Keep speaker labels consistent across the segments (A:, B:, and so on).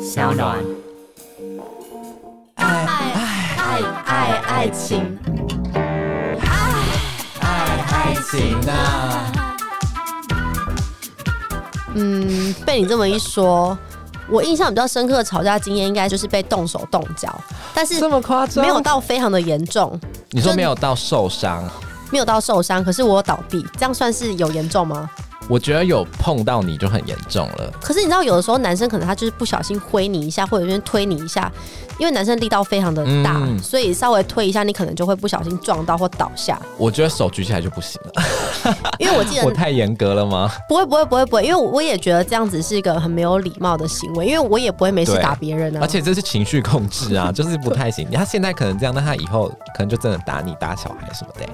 A: 小暖。
B: 爱爱爱爱情，爱爱爱情啊！
C: 嗯，被你这么一说，我印象比较深刻的吵架经验应该就是被动手动脚，但是
B: 这么夸张？
C: 没有到非常的严重，
B: 你说没有到受伤，
C: 没有到受伤，可是我有倒地，这样算是有严重吗？
B: 我觉得有碰到你就很严重了。
C: 可是你知道，有的时候男生可能他就是不小心挥你一下，或者是推你一下，因为男生力道非常的大，
B: 嗯
C: 所以稍微推一下，你可能就会不小心撞到或倒下。
B: 我觉得手举起来就不行了，
C: 因为我记得
B: 我太严格了吗？
C: 不会不会不会不会，因为我也觉得这样子是一个很没有礼貌的行为，因为我也不会没事
B: 对
C: 打别人啊。
B: 而且这是情绪控制 啊，就是不太行。他现在可能这样，那他以后可能就真的打你、打小孩什么的。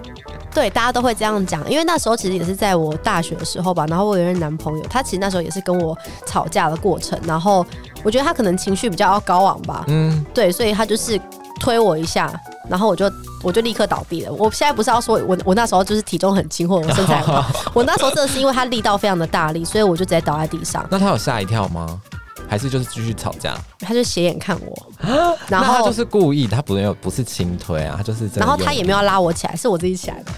C: 对，大家都会这样讲，因为那时候其实也是在我大学的时候吧，然后我有一任男朋友，他其实那时候也是跟我吵架的过程，然后我觉得他可能情绪比较高昂吧，
B: 嗯，
C: 对，所以他就是推我一下，然后我就我就立刻倒地了。我现在不是要说我我那时候就是体重很轻或者我身 材很好，我那时候真的是因为他力道非常的大力，所以我就直接倒在地上，
B: 那他有吓一跳吗？还是就是继续吵架？
C: 他就斜眼 看我，然
B: 那他
C: 后
B: 就。是故意，他不是有不是轻推啊，他就是真的。
C: 然后他也没有。要拉我起来，是我自己起来的。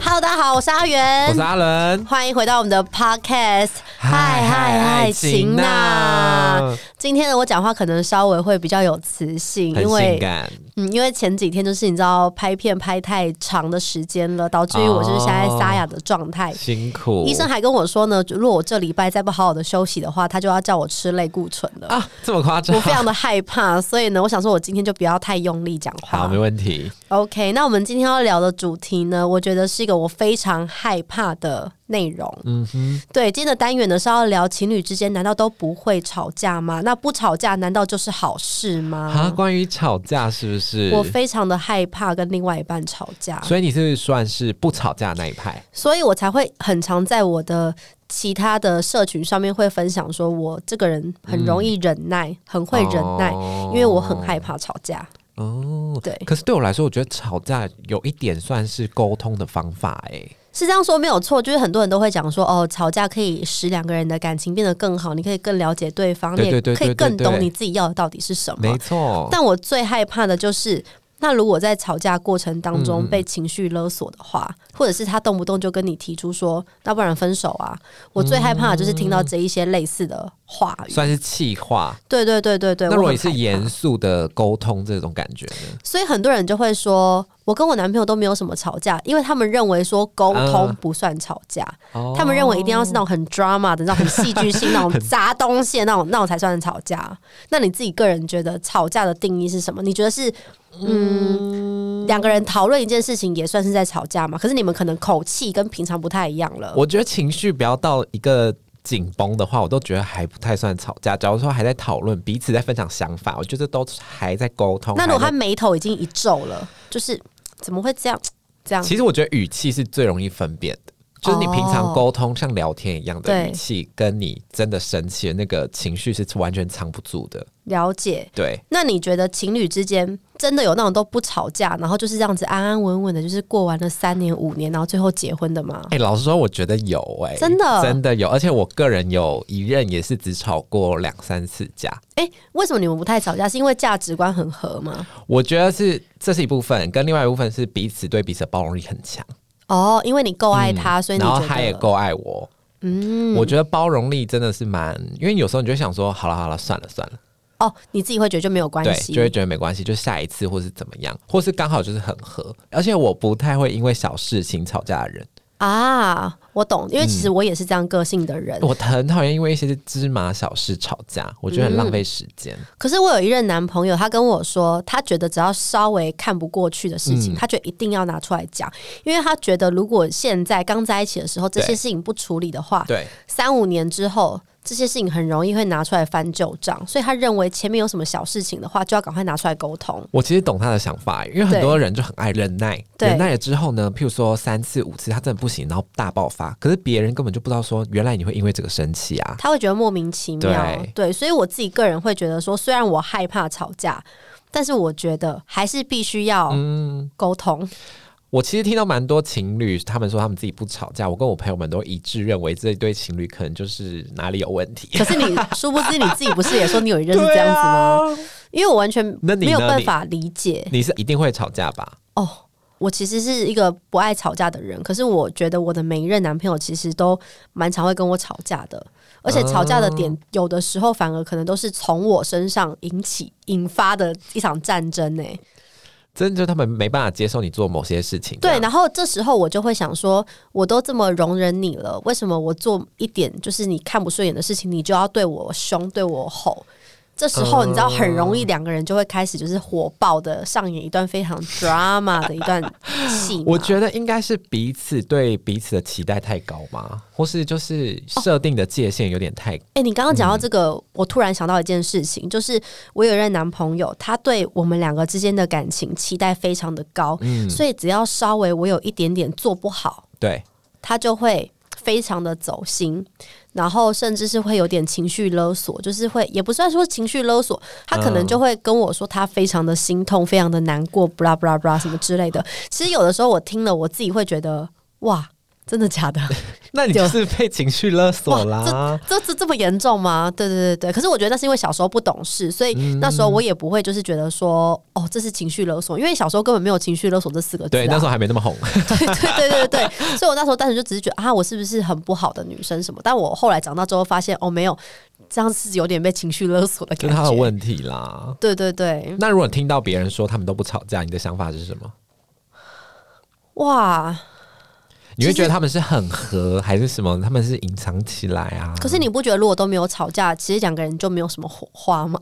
C: Hello，大家好，我是阿元，
B: 我是阿伦，
C: 欢迎回到我们的 podcast，嗨嗨嗨，情呐！今天的我讲话可能稍微会比较有磁性，
B: 很
C: 因
B: 性
C: 为
B: 感，
C: 嗯，因为前几天就是你知道拍片拍太长的时间了，导致于我就是现在沙哑的状态。
B: 辛苦。
C: 医生还跟我说呢，如果我这礼拜再不好好的休息的话，他就要叫我吃类固醇了。
B: 啊，这么夸张
C: 我？非 常的害怕，所以呢，我想说，我今天就不要太用力讲话。
B: 好，没问题。
C: OK，那我们今天要聊的主题呢，我觉得是一个我非常害怕的内容。
B: 嗯哼，
C: 对，今天的单元呢是要聊情侣之间难道都不会吵架吗？那不吵架难道就是好事
B: 啊，
C: 吗？
B: 关于吵架是不是？
C: 我非常的害怕跟另外一半吵架，
B: 所以你是算是不吵架那一派，
C: 所以我才会很常在我的其他的社群上面会分享，说我这个人很容易忍耐，很会忍耐，
B: 哦
C: 因为我很害怕吵架。
B: 哦。
C: 对，
B: 可是对我来说，我觉得吵架有一点算是沟通的方法、欸，
C: 是这样说没有错，就是很多人都会讲说，哦，吵架可以使两个人的感情变得更好，你可以更了解对方，
B: 对对对
C: 你也可以
B: 对对
C: 更
B: 对
C: 懂你自己要的到底是什么
B: 没。错。
C: 但我最害怕的就是，那如果在吵架过程当中
B: 嗯
C: 被情绪勒索的话，或者是他动不动就跟你提出说，那不然分手啊，我最害怕的就是听到这一些类似的话语。
B: 算是气话，
C: 对对对对对，
B: 嗯
C: 我
B: 那如果
C: 很
B: 你是
C: 害怕
B: 严肃的沟通这种感觉呢？
C: 所以很多人就会说，我跟我男朋友都没有什么吵架，因为他们认为说沟通
B: 嗯
C: 不算吵架，
B: 哦
C: 他们认为一定要是那种很 drama 的、那种很戏剧性、那种砸东西的那种，那种才算是吵架。那你自己个人觉得吵架的定义是什么？你觉得是嗯，两个人讨论一件事情也算是在吵架吗？可是你们可能口气跟平常不太一样了。
B: 我觉得情绪不要到一个紧绷的话，我都觉得还不太算吵架。假如说还在讨论彼此在分享想法，我觉得都还在沟通。
C: 那如果他
B: 还在
C: 眉头已经一皱了，就是怎么会这样？这样
B: 其实我觉得语气是最容易分辨的。就是你平常
C: 哦
B: 沟通像聊天一样的
C: 对
B: 语气，跟你真的生气的那个情绪是完全藏不住的。
C: 了解。
B: 对，
C: 那你觉得情侣之间真的有那种都不吵架，然后就是这样子安安稳稳的，就是过完了三年五年，然后最后结婚的吗？
B: 哎、老实说，我觉得有哎、
C: 真的
B: 真的有，而且我个人有一任也是只吵过两三次架，
C: 哎、为什么你们不太吵架？是因为价值观很合吗？
B: 我觉得是这是一部分，跟另外一部分是彼此对彼此的包容力很强，嗯
C: 哦，因为你够爱他，所以你
B: 然
C: 觉
B: 后
C: 得
B: 他也够爱我。
C: 嗯
B: 我觉得包容力真的是蛮，因为有时候你就会想说，好了好了，算了算了，
C: 哦，你自己会觉得就没有关
B: 对，
C: 系，
B: 就会觉得没关系，就下一次或是怎么样，或是刚好就是很合。而且我不太会因为小事情吵架的人，
C: 啊，我懂，因为其实我也是这样个性的人。
B: 我很讨厌因为一些芝麻小事吵架，我觉得很浪费时间。
C: 可是我有一任男朋友，他跟我说，他觉得只要稍微看不过去的事情，
B: 嗯
C: 他觉得一定要拿出来讲，因为他觉得如果现在刚在一起的时候这些
B: 对
C: 事情不处理的话，
B: 对，
C: 三五年之后。这些事情很容易会拿出来翻旧账，所以他认为前面有什么小事情的话，就要赶快拿出来沟通。
B: 我其实懂他的想法，因为很多人就很爱忍耐，
C: 对
B: 忍耐了之后呢，譬如说三次五次他真的不行，然后大爆发，可是别人根本就不知道说原来你会因为这个生气啊。
C: 他会觉得莫名其妙。
B: 对
C: 对，所以我自己个人会觉得说，虽然我
B: 嗯
C: 害怕吵架，但是我觉得还是必须要沟通。
B: 我其实听到蛮多情侣，他们说他们自己不吵架，我跟我朋友们都一致认为这一对情侣可能就是哪里有问题。
C: 可是你殊不知你自己不是也说你有一任是这样子吗？
B: 对啊？
C: 因为我完全
B: 那你呢
C: 没有办法理解
B: 你是一定会吵架吧？
C: 哦。我其实是一个不爱吵架的人，可是我觉得我的每一任男朋友其实都蛮常会跟我吵架的，而且吵架的点
B: 啊
C: 有的时候反而可能都是从我身上引起引发的一场战争欸呢、
B: 真的就他们没办法接受你做某些事情。这
C: 对，
B: 样
C: 然后这时候我就会想说，我都这么容忍你了，为什么我做一点就是你看不顺眼的事情，你就要对我凶、对我吼？这时候你知道，很容易两个人就会开始就是火爆的上演一段非常 drama 的一段戏嘛。
B: 我觉得应该是彼此对彼此的期待太高嘛，或是就是设定的界限有点太……
C: 哎、你刚刚讲到这个，我突然想到一件事情，就是我有一任男朋友，他对我们两个之间的感情期待非常的高，
B: 嗯，
C: 所以只要稍微我有一点点做不好，
B: 对，
C: 他就会非常的走心，然后甚至是会有点情绪勒索，就是会也不算说情绪勒索，他可
B: 嗯
C: 能就会跟我说他非常的心痛，非常的难过，布拉布拉布拉什么之类的。其实有的时候我听了，我自己会觉得哇。真的 假的？
B: 那你就是被情绪勒索啦。
C: 这这这么严重吗？对对对对。可是我觉得那是因为小时候不懂事，所以那
B: 嗯
C: 时候我也不会就是觉得说，哦，这是情绪勒索，因为小时候根本没有情绪勒索这四个字、啊。
B: 对，那时候还没那 么红。
C: 对对对对，对， 所以我那时候当时就只是觉得啊，我是不是很不好的女生什么？但我后来长大之后发现，哦，没有，这样是有点被情绪勒索的
B: 就
C: 感
B: 是他的
C: 觉。
B: 问题啦。
C: 对对对，
B: 那如果你听到别人说他们都不吵架，你的想法是什么？
C: 哇！
B: 你会
C: 其实
B: 觉得他们是很和，还是什么？他们是隐藏起来啊？
C: 可是你不觉得如果都没有吵架，其实两个人就没有什么火花 吗？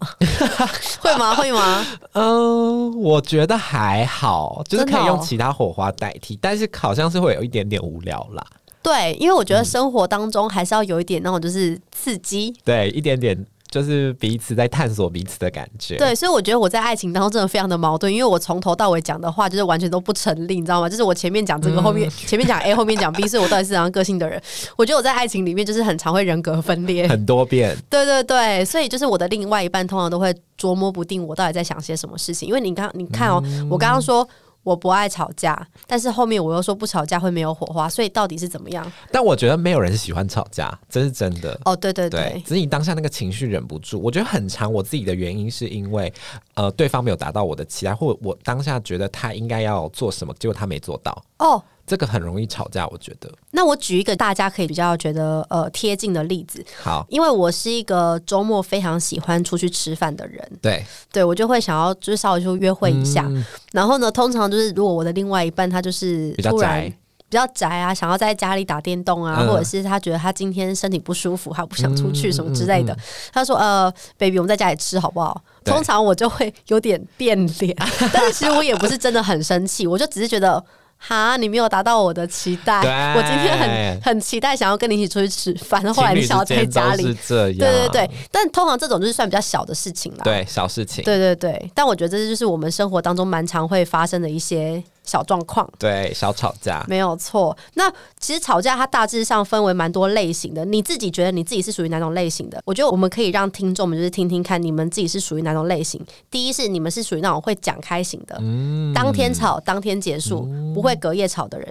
C: 会吗？会吗？
B: 嗯，我觉得还好，就是可
C: 真
B: 以
C: 的哦
B: 用其他火花代替，但是好像是会有一点点无聊啦。
C: 对，因为我觉得生活当中还是要有一点那种就是刺激。
B: 对，一点点就是彼此在探索彼此的感觉。
C: 对，所以我觉得我在爱情当中真的非常的矛盾，因为我从头到尾讲的话就是完全都不成立，你知道吗？就是我前面讲这个，后
B: 嗯
C: 面前面讲 A，后面讲 B，所以我到底是怎样个性的人？我觉得我在爱情里面就是很常会人格分裂。
B: 很多遍，
C: 对对对，所以就是我的另外一半通常都会捉摸不定我到底在想些什么事情，因为你刚你看哦，
B: 嗯
C: 我刚刚说。我不爱吵架，但是后面我又说不吵架会没有火花，所以到底是怎么样？
B: 但我觉得没有人喜欢吵架，这是真的。
C: 哦，对对对，
B: 对，只是你当下那个情绪忍不住。我觉得很长，我自己的原因是因为，呃，对方没有达到我的期待，或我当下觉得他应该要做什么，结果他没做到，
C: 哦，
B: 这个很容易吵架。我觉得，
C: 那我举一个大家可以比较觉得呃贴近的例子，
B: 好，
C: 因为我是一个周末非常喜欢出去吃饭的人，
B: 对，
C: 对我就会想要就是稍微去约会一下。
B: 嗯
C: 然后呢，通常就是如果我的另外一半他就是
B: 比较
C: 突然
B: 宅
C: 比较宅啊，想要在家里打电动啊，
B: 嗯
C: 或者是他觉得他今天身体不舒服，他不想出去
B: 嗯
C: 什么之类的，他说：“呃，baby，我们在家里吃好不好？”
B: 对
C: 通常我就会有点变 脸，但是其实我也不是真的很生气，我就只是觉得。哈，你没有达到我的期待。
B: 对
C: 我今天很很期待，想要跟你一起出去吃饭，后来
B: 情
C: 你
B: 侣
C: 想要
B: 之
C: 在
B: 间
C: 家
B: 都
C: 里
B: 是这样，
C: 对对对，但通常这种就是算比较小的事情啦。
B: 对小事情，
C: 对对对，但我觉得这就是我们生活当中蛮常会发生的一些小状况。
B: 对小吵 架。
C: 没有错，那其实吵架它大致上分为蛮多类型的。你自己觉得你自己是属于哪种类型的？我觉得我们可以让听众们就是听听看，你们自己是属于哪种类型。第一是你们是属于那种会讲开型的，
B: 嗯
C: 当天吵当天结束，不会隔夜吵的人。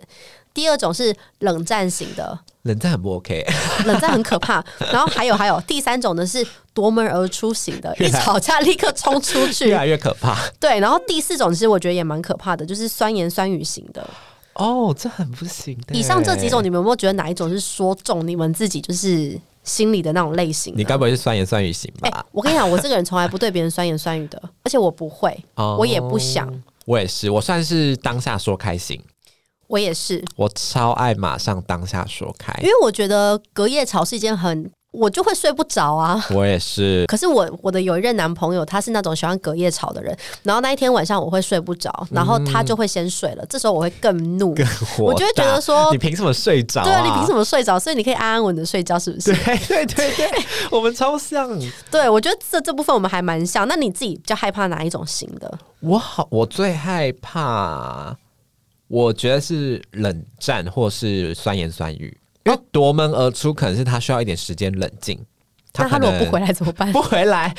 C: 第二种是冷战型的，
B: 冷战很不 OK，
C: 冷战很可怕。然后还有还有第三种呢是夺门而出型的，
B: 越
C: 一
B: 来
C: 吵架立刻冲出去
B: 越。来越可怕
C: 对，然后第四种其实我觉得也蛮可怕的，就是酸言酸语型的。
B: 哦，这很不行的。
C: 以上这几种，，你们有没有觉得哪一种是说中你们自己就是心里的那种类型呢？
B: 你该不会是酸言酸语型
C: 哎、
B: 吧？
C: 我跟你讲，我这个人从来不对别人酸言酸语的，而且我不会，
B: 哦
C: 我也不想，
B: 我也是，我算是当下说开心，
C: 我也是，
B: 我超爱马上当下说开
C: 因。为我觉得隔夜吵是一件很，我就会睡不着啊。
B: 我也是，
C: 可是我我的有一任男朋友，他是那种喜欢隔夜吵的人，然后那一天晚上我会睡不着，然后
B: 嗯
C: 他就会先睡了，这时候我会更怒，
B: 我
C: 我就会觉得说
B: 你凭什么睡着、啊？
C: 对啊，你凭什么睡着？所以你可以安安稳的睡觉，是不是？
B: 对对对 对，我们超像。
C: 对，我觉得这这部分我们还蛮像。那你自己比较害怕哪一种型的？
B: 我好，我最害怕，我觉得是冷战或是酸言酸语，
C: 哦
B: 因为夺门而出可能是他需要一点时间冷静。
C: 那他
B: 可
C: 如
B: 能
C: 果不回来怎么办？哦
B: 不回来，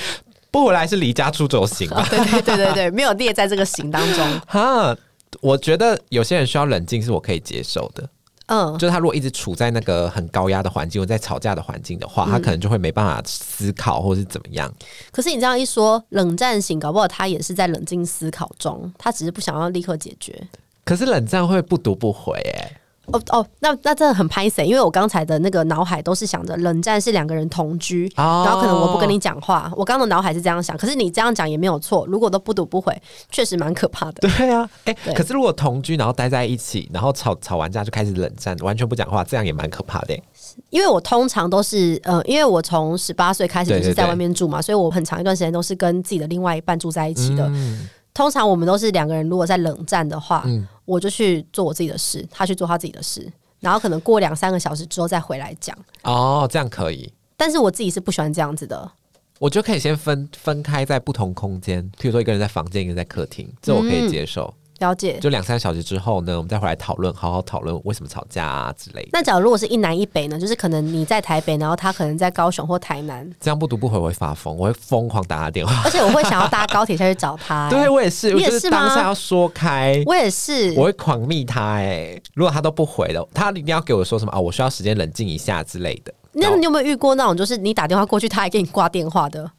B: 不回来是离家出走型吧？
C: 对对对对对，没有列在这个型当中。
B: 哈，我觉得有些人需要冷静是我可以接受的，
C: 嗯，
B: 就是他如果一直处在那个很高压的环境，或在吵架的环境的话，他可能就会没办法思考或是怎么样。
C: 可是你这样一说，冷战型搞不好他也是在冷静思考中，他只是不想要立刻解决。
B: 可是冷战会不读不回、哎，
C: 哦哦，那那真的很拍谁？因为我刚才的那个脑海都是想着冷战是两个人同居，
B: 哦
C: 然后可能我不跟你讲话，我刚刚的脑海是这样想。可是你这样讲也没有错，如果都不读不回，确实蛮可怕的。
B: 对啊，哎、
C: 对
B: 可是如果同居然后待在一起，然后吵吵完架就开始冷战，完全不讲话，这样也蛮可怕的、哎
C: 因为我通常都是呃，因为我从十八岁开始
B: 对
C: 就
B: 对
C: 是在
B: 对
C: 外面住嘛，所以我很长一段时间都是跟自己的另外一半住在一起的。
B: 嗯
C: 通常我们都是两个人，如果在冷战的话，我就去做我自己的事，他去做他自己的事，然后可能过两三个小时之后再回来讲。
B: 哦，这样可以。
C: 但是我自己是不喜欢这样子的，
B: 我觉得可以先分分开在不同空间，譬如说一个人在房间，一个人在客厅，这我可以接受。
C: 了解。
B: 就两三个小时之后呢，我们再回来讨论，好好讨论为什么吵架啊之类的。
C: 那假如如果是一南一北呢？就是可能你在台北，然后他可能在高雄或台南，
B: 这样不读不回我会发疯，我会疯狂打他电话。
C: 而且我会想要搭高铁下去找 他、欸
B: 对我也是，
C: 你也
B: 我就是是
C: 吗
B: 当下要说开。
C: 我也是，
B: 我会狂密他哎、如果他都不回了，他一定要给我说什么啊？我需要时间冷静一下之类的。
C: 那
B: 然后
C: 你有没有遇过那种，就是你打电话过去，他还给你挂电话的？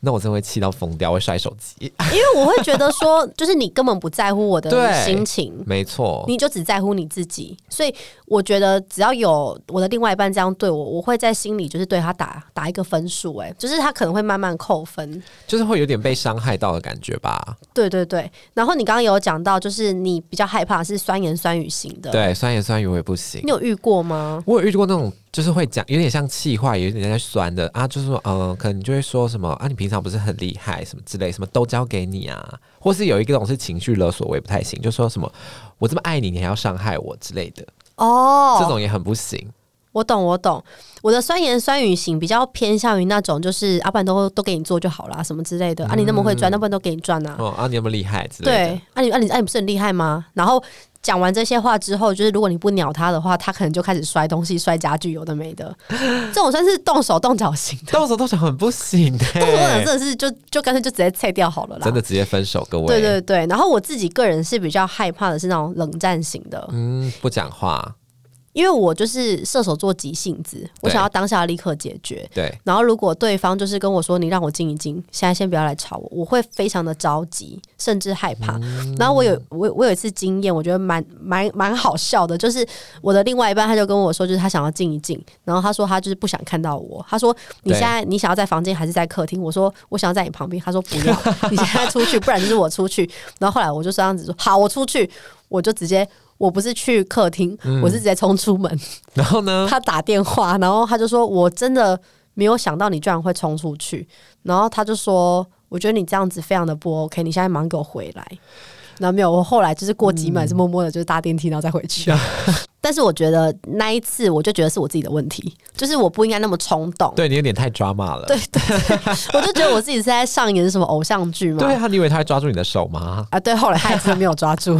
B: 那我真的会气到疯掉，会摔手机。
C: 因为我会觉得说，就是你根本不在乎我的
B: 对
C: 心情，
B: 没错，
C: 你就只在乎你自己。所以我觉得，只要有我的另外一半这样对我，我会在心里就是对他打打一个分数，哎，就是他可能会慢慢扣分。
B: 就是会有点被伤害到的感觉吧？
C: 对对对。然后你刚刚有讲到，就是你比较害怕是酸言酸语型的，
B: 对，酸言酸语我也不行
C: 你。有遇过吗？
B: 我有遇过那种，就是会讲有点像气话，有点在酸的啊，就是说，嗯、可能你就会说什么啊，你平常不是很厉害，什么之类，什么都交给你啊，或是有一个种是情绪勒索，我也不太行，就说什么我这么爱你，你还要伤害我之类的，
C: 哦，
B: 这种也很不行。
C: 我懂，我懂。我的酸言酸语型比较偏向于那种，就是阿、啊、不然都都给你做就好啦，什么之类的。啊，你那么会赚，那不然都给你赚啊。
B: 嗯哦啊，你那么厉害之类的
C: 对，，啊你啊你啊你不是很厉害吗？然后讲完这些话之后，就是如果你不鸟他的话，他可能就开始摔东西、摔家具，有的没的。 这种算是动手动脚型的，
B: 动手动手很不行、欸，
C: 动手动脚真的是就就干脆就直接拆掉好了啦。
B: 真的直接分手，各位，
C: 对对对，然后我自己个人是比较害怕的是那种冷战型的，
B: 嗯，不讲话，
C: 因为我就是射手座急性子，我
B: 对
C: 想要当下立刻解决。
B: 对，
C: 然后如果对方就是跟我说你让我静一静，现在先不要来吵我，我会非常的着急，甚至害怕。
B: 嗯
C: 然后我有我我有一次经验，我觉得蛮蛮蛮好笑的，就是我的另外一半他就跟我说，就是他想要静一静，然后他说他就是不想看到我，他说你
B: 对
C: 现在你想要在房间还是在客厅？我说我想要在你旁边，他说不要，你现在出去，不然就是我出去。然后后来我就这样子说，好，我出去，我就直接。我不是去客厅，
B: 嗯
C: 我是直接冲出门，
B: 然后呢，
C: 他打电话，然后他就说：“我真的没有想到你居然会冲出去。”然后他就说：“我觉得你这样子非常的不 OK，你现在马上给我回来。”然后没有，我后来就是过几秒，是默默的，就是搭电梯，然后再回 去。但是我觉得那一次，我就觉得是我自己的问题，就是我不应该那么冲动。
B: 对你有点太抓马了，对
C: 我就觉得我自己是在上演什么偶像剧嘛。
B: 对啊，你以为他会抓住你的手吗？
C: 啊，对，后来他也真的没有抓住。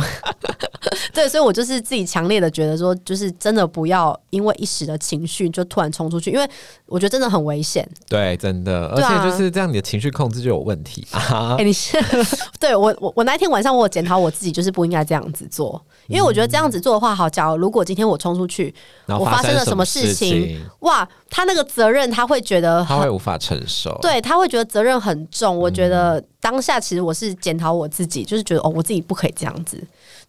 C: 对，所以我就是自己强烈的觉得说，就是真的不要因为一时的情绪就突然冲出去，因为我觉得真的很危险。
B: 对，真的，而
C: 对啊
B: 且就是这样，你的情绪控制就有问题啊。
C: 哎、你是 对我我我那一天晚上我有检讨我自己，就是不应该这样子做，因为我觉得这样子做的话，好，假如如果今天我冲出去，
B: 然后
C: 我发生
B: 生
C: 了什么事
B: 事
C: 情，哇，他那个责任他会觉得
B: 他
C: 很。
B: 会无法承受。，
C: 对他会觉得责任很重，我觉得当下其实我是检讨我自己，就是觉得哦，我自己不可以这样子。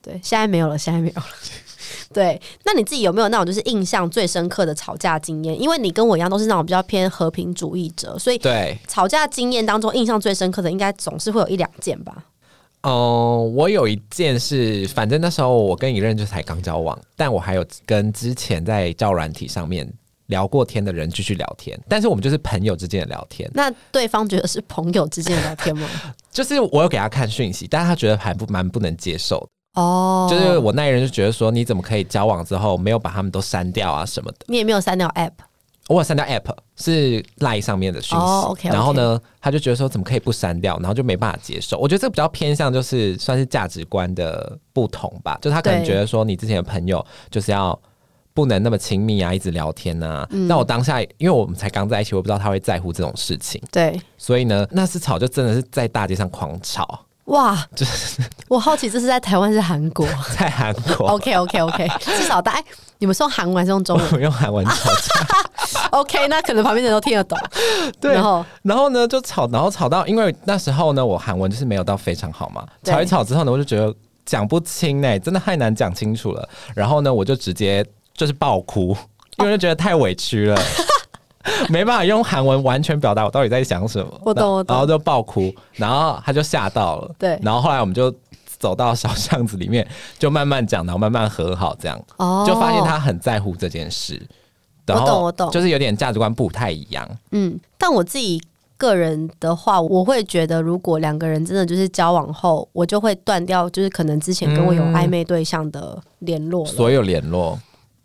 C: 对，现在没有了，现在没有了。 对，那你自己有没有那种就是印象最深刻的吵架经验？因为你跟我一样都是那种比较偏和平主义者，所以
B: 对，
C: 吵架经验当中印象最深刻的，应该总是会有一两件吧。
B: 嗯、我有一件事，反正那时候我跟一任就才刚交往，但我还有跟之前在交友软体上面聊过天的人继续聊天，但是我们就是朋友之间的聊天，
C: 那对方觉得是朋友之间的聊天吗？
B: 就是我有给他看讯息，但他觉得还不蛮不能接受 的，
C: 哦，
B: 就是我那一任就觉得说，你怎么可以交往之后没有把他们都删掉啊什么的。
C: 你也没有删掉 App，
B: 我有删掉 App 是 Line 上面的讯息、
C: 哦，OK，OK
B: 然后呢，他就觉得说怎么可以不删掉，然后就没办法接受。我觉得这个比较偏向就是算是价值观的不同吧，就是他可能
C: 对
B: 觉得说你之前的朋友就是要不能那么亲密啊，一直聊天啊。
C: 嗯
B: 那、我当下因为我们才刚在一起，我不知道他会在乎这种事情，
C: 对，
B: 所以呢，那次吵就真的是在大街上狂吵。
C: 哇，
B: 就是
C: 我好奇这是在台湾还是韩国
B: 在韩国。
C: ？OK OK OK，至 少大哎，你们是用韩文还是用中文
B: 我用韩文吵架，
C: ？OK，那可能旁边的人都听得懂。
B: 对
C: 然后
B: 然后呢就吵，然后吵到，因为那时候呢我韩文就是没有到非常好嘛，
C: 对
B: 吵一吵之后呢我就觉得讲不清哎、真的太难讲清楚了，然后呢我就直接就是爆哭，
C: 哦
B: 因为就觉得太委屈了。 没办法用韩文完全表达我到底在想什么，
C: 我懂我懂
B: 然后就爆哭，然后他就吓到了，
C: 对
B: 然后后来我们就走到小巷子里面，就慢慢讲，然后慢慢和好，这样，
C: 哦
B: 就发现他很在乎这件事，
C: 我
B: 然后
C: 懂我懂
B: 就是有点价值观不太一样，
C: 嗯，但我自己个人的话，我会觉得，如果两个人真的就是交往后，我就会断掉，就是可能之前跟我有
B: 嗯
C: 暧昧对象的联络了。
B: 所有联络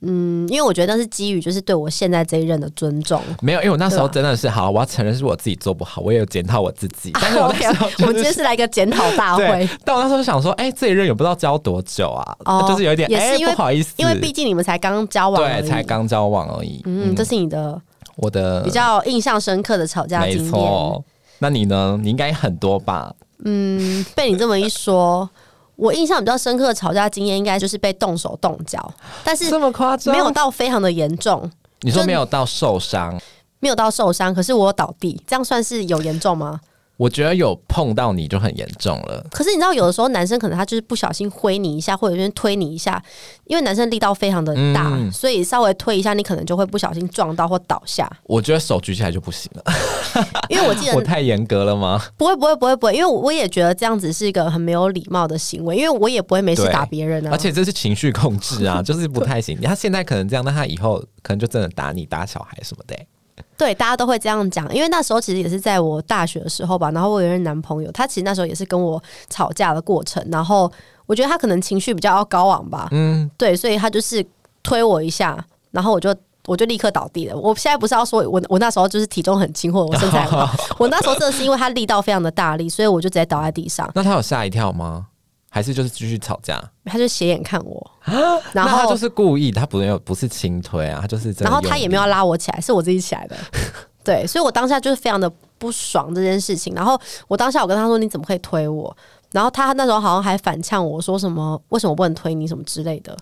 C: 嗯，因为我觉得那是基于就是对我现在这一任的尊重。
B: 没有，因为我那时候
C: 对啊
B: 真的是好，我要承认是我自己做不好，我也有检讨我自
C: 啊
B: 己， 但是我
C: OK，
B: 那时候、就是
C: 我们今天是来一个检讨大
B: 对
C: 会，，
B: 但我那时候想说，哎、这一任也不知道交多久啊，
C: 哦
B: 就是有一点
C: 也是
B: 哎、
C: 因为
B: 不好意思，
C: 因为毕竟你们才刚交往而
B: 对
C: 已，
B: 才刚交往而已，
C: 嗯，
B: 嗯，
C: 这是你的
B: 我的
C: 比较印象深刻的吵架
B: 没
C: 经验。
B: 错。那你呢？你应该很多吧？
C: 嗯，被你这么一说， 我印象比较深刻的吵架经验应该就是被动手动脚，但是
B: 这么夸张？
C: 没有到非常的严重，
B: 你说
C: 就
B: 没有到受伤，
C: 没有到受伤，可是我有倒地，这样算是有严重吗？
B: 我觉得有碰到你就很严重了。
C: 可是你知道，有的时候男生可能他就是不小心挥你一下，或者是推你一下，因为男生力道非常的大，
B: 嗯
C: 所以稍微推一下，你可能就会不小心撞到或倒下。
B: 我觉得手举起来就不行了，
C: 因为我记
B: 我
C: 得
B: 太严格了吗？
C: 不会不会不会不会，因为我也觉得这样子是一个很没有礼貌的行为，因为我也不会没事
B: 对
C: 打别人啊。
B: 而且这是情绪控制 啊，就是不太行。他现在可能这样，那他以后可能就真的打你、打小孩什么的欸、
C: 对，大家都会这样讲，因为那时候其实也是在我大学的时候吧。然后我有一任男朋友，他其实那时候也是跟我吵架的过程。然后我觉得他可能情绪比较高昂吧，
B: 嗯，
C: 对，所以他就是推我一下，然后我就我就立刻倒地了。我现在不是要说我我那时候就是体重很轻或者我身材很 好，我那时候真的是因为他力道非常的大力，所以我就直接倒在地上。
B: 那他有吓一跳吗？还是就是继续吵架？
C: 他就斜眼看我，然
B: 啊那他
C: 后
B: 就是故意，他不是有不是轻推啊，他就是真的
C: 然后他也没有
B: 用
C: 要
B: 力
C: 拉我起来，是我自己起来的。 对，所以我当下就是非常的不爽这件事情。然后我当下我跟他说：“你怎么可以推我？”然后他那时候好像还反呛我说：“什么为什么不能推你什么之类的。”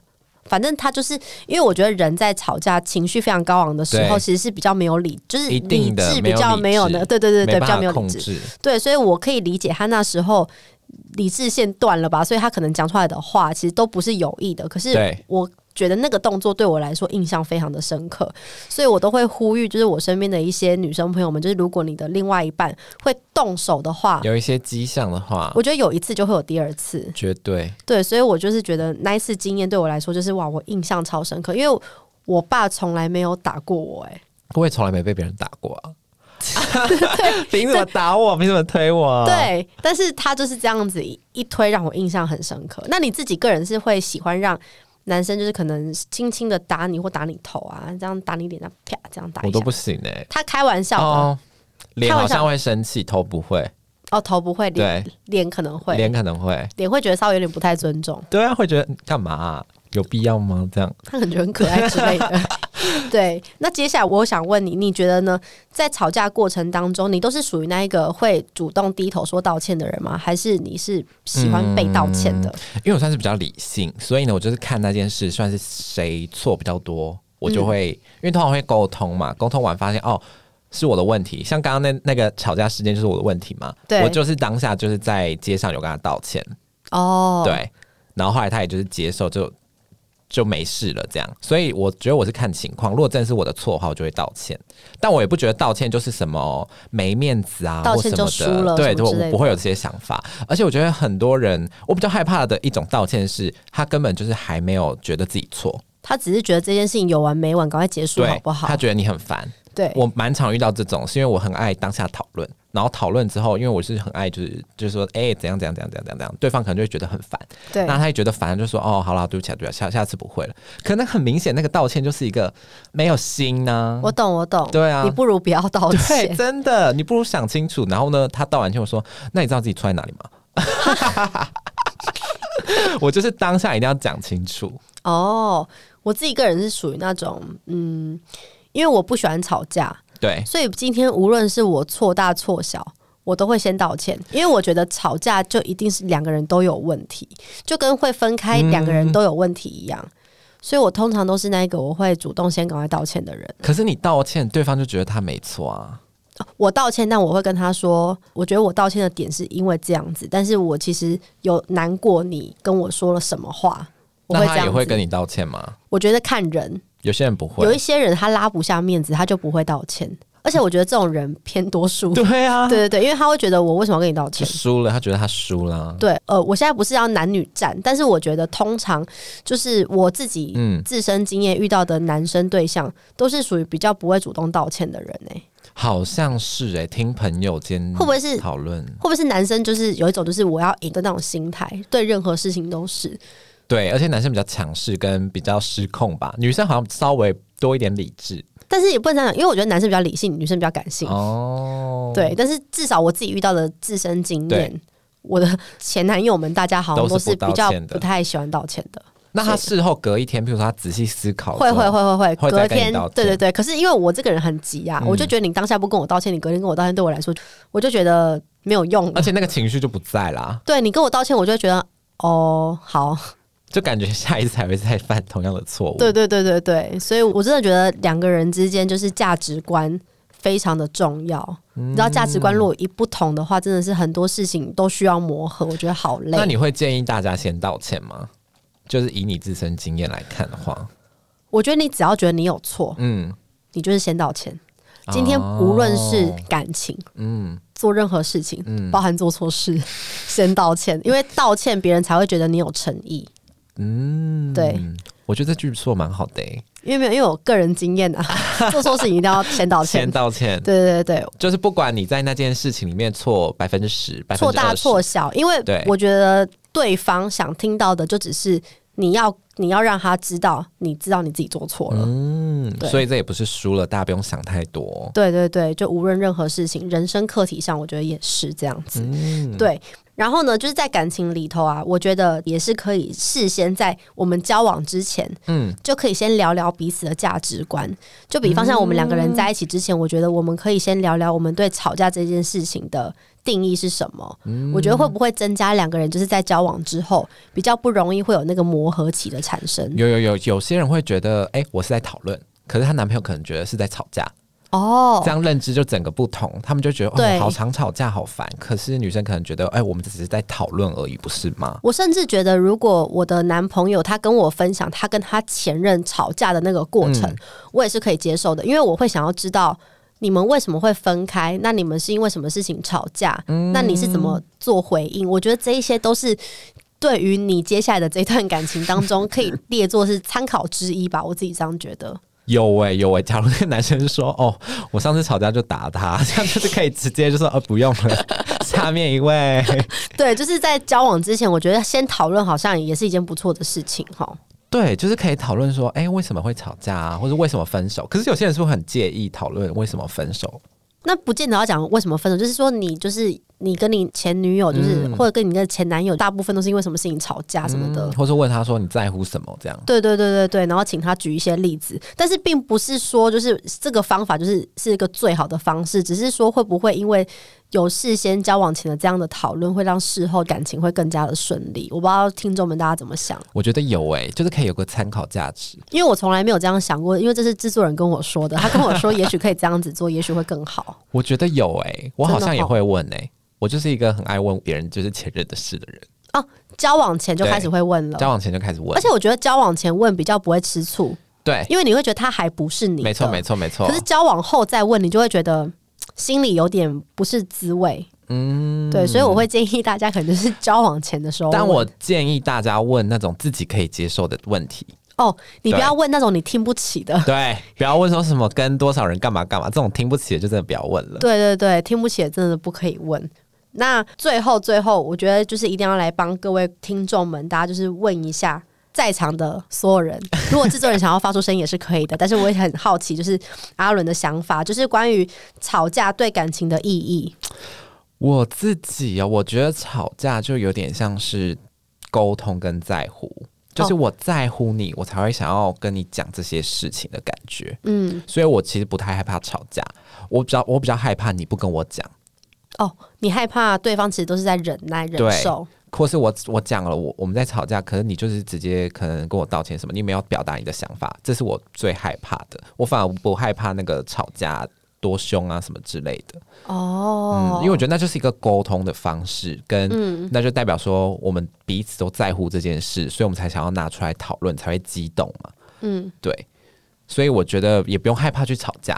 C: 反正他就是因为我觉得人在吵架、情绪非常高昂的时候，
B: 对
C: 其实是比较没有理，就是
B: 一
C: 理
B: 定的
C: 智比
B: 没有
C: 较
B: 理
C: 没有
B: 智
C: 的，对对对对，
B: 没
C: 比较没
B: 办
C: 有
B: 法
C: 理
B: 控
C: 智。
B: 制。
C: 对，所以我可以理解他那时候理智线断了吧，所以他可能讲出来的话其实都不是有意的。可是
B: 对
C: 我觉得那个动作对我来说印象非常的深刻，所以我都会呼吁，就是我身边的一些女生朋友们，就是如果你的另外一半会动手的话，
B: 有一啊些迹象的话，
C: 啊我觉得有一次就会有第二次。
B: 绝对
C: 对，所以我就是觉得那一次经验对我来说，就是哇，我印象超深刻，因为我爸从来没有打过我、欸，
B: 我也从来没被别人打过 啊。凭什么打我？凭什么推我啊？
C: 对，但是他就是这样子一一推，让我印象很深刻。那你自己个人是会喜欢让男生就是可能轻轻的打你或打你头啊，这样打你脸啊，啪这样打
B: 我
C: 一
B: 都
C: 下
B: 不。行哎、
C: 他开玩笑的哦
B: 哦，脸好
C: 开玩笑
B: 像会生气，头不会，
C: 哦头不会，脸
B: 对，
C: 脸可能会，
B: 脸可能会。
C: 脸会觉得稍微有点不太尊重，
B: 对啊，会觉得嗯干嘛啊、有必要吗？这样
C: 他可能觉得很可爱之类 的。对，那接下来我想问你，你觉得呢？在吵架过程当中，你都是属于那一个会主动低头说道歉的人吗？还是你是喜欢被道歉的？
B: 因为我算是比较理性，所以呢，我就是看那件事算是谁错比较多，我就会、因为通常会沟通嘛，沟通完发现哦是我的问题，像刚刚那那个吵架事件就是我的问题嘛，
C: 对
B: 我就是当下就是在街上有跟他道歉，嗯
C: 哦，
B: 对，然后后来他也就是接受就。就没事了，这样，所以我觉得我是看情况。如果真的是我的错的话，我就会道歉，但我也不觉得道歉就是什么没面子啊，
C: 道歉
B: 或
C: 就
B: 什么
C: 输了
B: 的，
C: 什
B: 对，
C: 么之类的
B: 我不会有这些想法。而且我觉得很多人，我比较害怕的一种道歉是，他根本就是还没有觉得自己错，
C: 他只是觉得这件事情有完没完，赶快结束
B: 对
C: 好不，好
B: 他？觉得你很烦。
C: 对，
B: 我蛮常遇到这种，是因为我很爱当下讨论，然后讨论之后，因为我是很爱就是就是说，哎、怎样怎样怎样怎样怎样，对方可能就会觉得很烦，
C: 对，
B: 那他也觉得烦，就说哦，好啦，对不起啊，对不起啊，下下次不会了。可那很明显，那个道歉就是一个没有心呢、
C: 我懂，我懂。
B: 对啊
C: 你不如不要道
B: 对，
C: 歉。
B: 真的，你不如想清楚。然后呢，他道完歉，我说，那你知道自己错在哪里吗？ 我就是当下一定要讲清楚。
C: 哦，我自己个人是属于那种，嗯，因为我不喜欢吵架，
B: 对，
C: 所以今天无论是我错大错小，我都会先道歉，因为我觉得吵架就一定是两个人都有问题，就跟会分开两个
B: 嗯
C: 人都有问题一样。所以我通常都是那一个我会主动先赶快道歉的人。
B: 可是你道歉，对方就觉得他没错啊。
C: 我道歉，但我会跟他说，我觉得我道歉的点是因为这样子，但是我其实有难过你跟我说了什么话，我
B: 那
C: 会这
B: 他
C: 样
B: 也
C: 子。
B: 会跟你道歉吗？
C: 我觉得看人，
B: 有些人不会
C: 有一。些人他拉不下面子，他就不会道歉，而且我觉得这种人偏多数。
B: 对啊，
C: 对对对，因为他会觉得我为什么要跟你道
B: 就
C: 歉？
B: 输了，他觉得他输了啊。
C: 对，呃，我现在不是要男女战，但是我觉得通常就是我自己
B: 嗯，
C: 自身经验遇到的男生对象，都是属于比较不会主动道歉的人诶、
B: 好像是哎、听朋友间
C: 会不会是
B: 讨论？
C: 会不会是男生就是有一种就是我要赢的那种心态，对任何事情都是
B: 对，而且男生比较强势跟比较失控吧，女生好像稍微多一点理智
C: 但是也不能这样讲，因为我觉得男生比较理性，女生比较感性。
B: 哦。
C: 对，但是至少我自己遇到的自身经验
B: 对，
C: 我的前男友们大家好像
B: 都
C: 都
B: 是不
C: 是比较
B: 道歉的哦
C: 不太喜欢道歉的，
B: 那他事后隔一天，譬如说他仔细思考，
C: 会会，会会会，
B: 会
C: 隔
B: 再跟你
C: 天
B: 道歉
C: 对对对。可是因为我这个人很急啊，
B: 嗯
C: 我就觉得你当下不跟我道歉，你隔天跟我道歉，对我来说我就觉得没有用
B: 而。且那个情绪就不在啦，
C: 对你跟我道歉，我就会觉得哦好，
B: 就感觉下一次还会再犯同样的错误。
C: 对对对对对，所以我真的觉得两个人之间就是价值观非常的重要。
B: 嗯
C: 你知道价值观如果一不同的话，真的是很多事情都需要磨合，我觉得好
B: 那
C: 累。
B: 你会建议大家先道歉吗？就是以你自身经验来看的话，
C: 我觉得你只要觉得你有错，
B: 嗯，
C: 你就是先道歉。今天无论是
B: 哦
C: 感情，
B: 嗯
C: 做任何事情，
B: 嗯
C: 包含做错事，先道歉，因为道歉别人才会觉得你有诚意。
B: 嗯，
C: 对，
B: 我觉得这句说得蛮好的、欸，
C: 因为没有，因为我个人经验 啊，做错事情一定要先道歉
B: 先。道歉。
C: 对对对对，
B: 就是不管你在那件事情里面错百分之十、百分
C: 错
B: 之
C: 大
B: 二十，
C: 错小，因为
B: 对
C: 我觉得对方想听到的就只是你要你要让他知道你知道你自己做错了。
B: 嗯，
C: 对
B: 所以这也不是输了，大家不用想太多。
C: 对对对，就无论任何事情，人生课题上，我觉得也是这样子。
B: 嗯，
C: 对，然后呢，就是在感情里头啊，我觉得也是可以事先在我们交往之前，
B: 嗯，
C: 就可以先聊聊彼此的价值观。就比方像我们两个人在一起之前，我觉得我们可以先聊聊我们对吵架这件事情的定义是什么。
B: 嗯
C: 我觉得会不会增加两个人就是在交往之后比较不容易会有那个磨合期的产生？
B: 有有有，有些人会觉得，哎、我是在讨论，可是她男朋友可能觉得是在吵架，
C: 哦
B: 这，样认知就整个不同，他们就觉得
C: 对
B: 哦，好常吵架，好烦。可是女生可能觉得，哎、我们只是在讨论而已，不是吗？
C: 我甚至觉得，如果我的男朋友他跟我分享他跟他前任吵架的那个过程，
B: 嗯
C: 我也是可以接受的，因为我会想要知道你们为什么会分开，那你们是因为什么事情吵架，那你是怎么做回应？我觉得这一些都是。对于你接下来的这段感情当中，可以列作是参考之一吧，我自己这样觉得。
B: 有哎、有哎、假如那个男生说， 哦，我上次吵架就打他， 这样就是可以直接就说，呃，不用了， 下面一 位。
C: 对，就是在交往之前，我觉得先讨论好像也是一件不错的事情哈。
B: 对，就是可以讨论说，哎、为什么会吵架啊，或者为什么分手？可是有些人是不是很介意讨论为什么分手？
C: 那不见得要讲为什么分手，就是说你就是你跟你前女友，就是、或者跟你的前男友，大部分都是因为什么事情吵架什么的。
B: 嗯，或是问他说你在乎什么？这样，
C: 对对对对对，然后请他举一些例子，但是并不是说就是这个方法就是是一个最好的方式，只是说会不会因为有事先交往前的这样的讨论，会让事后感情会更加的顺利。我不知道听众们大家怎么想，
B: 我觉得有哎、就是可以有个参考价值。
C: 因为我从来没有这样想过，因为这是制作人跟我说的，他跟我说也许可以这样子做，也许会更好。
B: 我觉得有哎、我好像也
C: 真的哦
B: 会问哎、我就是一个很爱问别人就是前任的事的人，
C: 交往前就开始会问了，
B: 交往前就开始问，
C: 而且我觉得交往前问比较不会吃醋，
B: 对，
C: 因为你会觉得他还不是你的，
B: 没错没错没错
C: 可，是交往后再问，你就会觉得嘖心里有点不是滋味。嗯，对，所以我会建议大家，可能就是交往前的时候问。
B: 但我建议大家问那种自己可以接受的问 题，
C: 哦，你不
B: 对
C: 要问那种你听不起的。
B: 对，不要问说什么跟多少人干嘛干嘛，这种听不起的就真的不要问 了。
C: 对对对，听不起的真的不可以问。那最后最后，我觉得就是一定要来帮各位听众们，大家就是问一下在场的所有 人，如果制作人想要发出声音也是可以的，但是我也很好奇，就是阿伦的想法，就是关于吵架对感情的意义。
B: 我自己啊、我觉得吵架就有点像是沟通跟在乎，就是
C: 哦
B: 我在乎你，我才会想要跟你讲这些事情的感觉。
C: 嗯，
B: 所以我其实不太害怕吵架，我比较我比较害怕你不跟我讲。
C: 哦，你害怕对方其实都是在忍耐忍
B: 对
C: 受，
B: 或是我我讲了，我我们在吵架，可是你就是直接可能跟我道歉什么，你没有表达你的想法，这是我最害怕的。我反而不害怕那个吵架多凶啊什么之类的，嗯
C: 哦，，嗯
B: 因为我觉得那就是一个沟通的方式，跟那就代表说我们彼此都在乎这件事，所以我们才想要拿出来讨论，才会激动嘛。
C: 嗯，
B: 对，所以我觉得也不用害怕去吵架。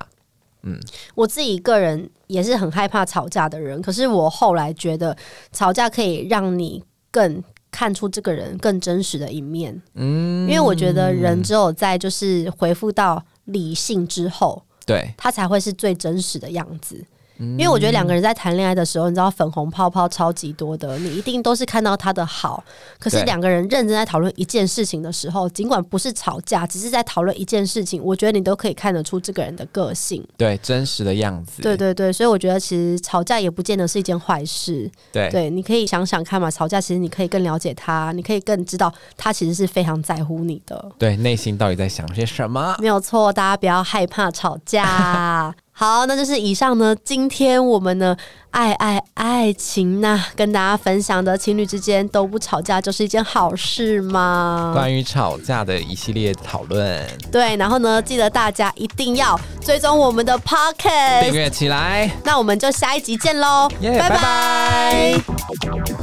C: 我自己个人也是很害怕吵架的人，可是我后来觉得吵架可以让你更看出这个人更真实的一面。嗯，因为我觉得人只有在就是回复到理性之后，
B: 对，
C: 他才会是最真实的样子。因为我觉得两个人在谈恋爱的时候，你知道粉红泡泡超级多的，你一定都是看到他的好。可是
B: 对
C: 两个人认真在讨论一件事情的时候，尽管不是吵架，只是在讨论一件事情，我觉得你都可以看得出这个人的个性。
B: 对，真实的样子。
C: 对对对，所以我觉得其实吵架也不见得是一件坏事。
B: 对
C: 对，你可以想想看嘛，吵架其实你可以更了解他，你可以更知道他其实是非常在乎你的。
B: 对，内心到底在想些什么？
C: 没有错，大家不要害怕吵架。好，那就是以上呢，今天我们呢，爱爱爱情呐、跟大家分享的情侣之间都不吵架就是一件好事嘛。
B: 关于吵架的一系列讨论，
C: 对，然后呢，记得大家一定要追踪我们的 podcast，
B: 订阅起来。
C: 那我们就下一集见喽
B: 耶
C: 拜
B: 拜拜
C: 拜